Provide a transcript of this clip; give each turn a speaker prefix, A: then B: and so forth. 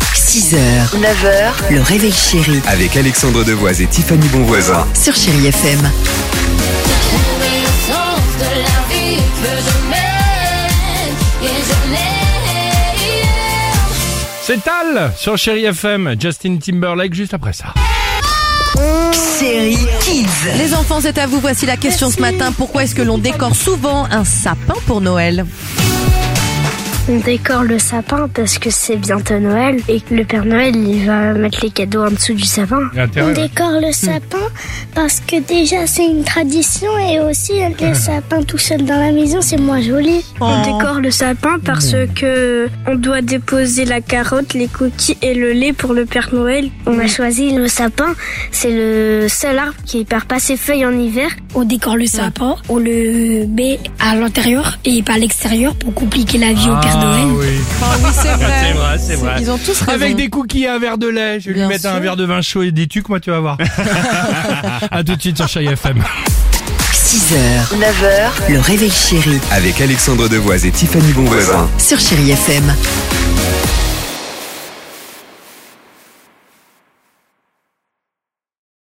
A: 6h, 9h, le réveil chéri
B: Avec Alexandre Devoise et Tiffany Bonvoisin.
A: sur Chéri FM.
C: Oui, le sens de la vie que je mène et je l'ai.
D: C'est Tal sur Chéri FM, Justin Timberlake juste après ça.
A: Chéri Kids.
E: Les enfants, c'est à vous. Voici la question ce matin. Pourquoi est-ce que l'on décore souvent un sapin pour Noël
F: On décore le sapin parce que c'est bientôt Noël et que le Père Noël il va mettre les cadeaux en dessous du sapin.
D: Il y a intérêt,
F: On
D: ouais. Hmm.
F: décore le sapin parce que déjà c'est une tradition et aussi
D: Hmm.
F: le sapin tout seul dans la maison c'est moins joli. On décore le sapin parce
D: Hmm.
F: que on doit déposer la carotte, les cookies et le lait pour le Père Noël. On a choisi le sapin, c'est le seul arbre qui perd pas ses feuilles en hiver.
G: On décore le sapin, on le met à l'intérieur et pas à l'extérieur pour compliquer la vie au Père Noël.
D: oui.
E: Ah oui, c'est
D: C'est vrai, c'est vrai.
E: Ils ont tous raison.
D: Avec des cookies et un verre de lait, je vais lui
E: Bien
D: mettre un
E: sûr.
D: verre de vin chaud et des tucs, moi tu vas voir. à tout de suite sur Chéri FM.
A: 6h, 9h, le réveil chéri
B: Avec Alexandre Devoise et Tiffany Bonvoisin.
A: sur Chéri FM.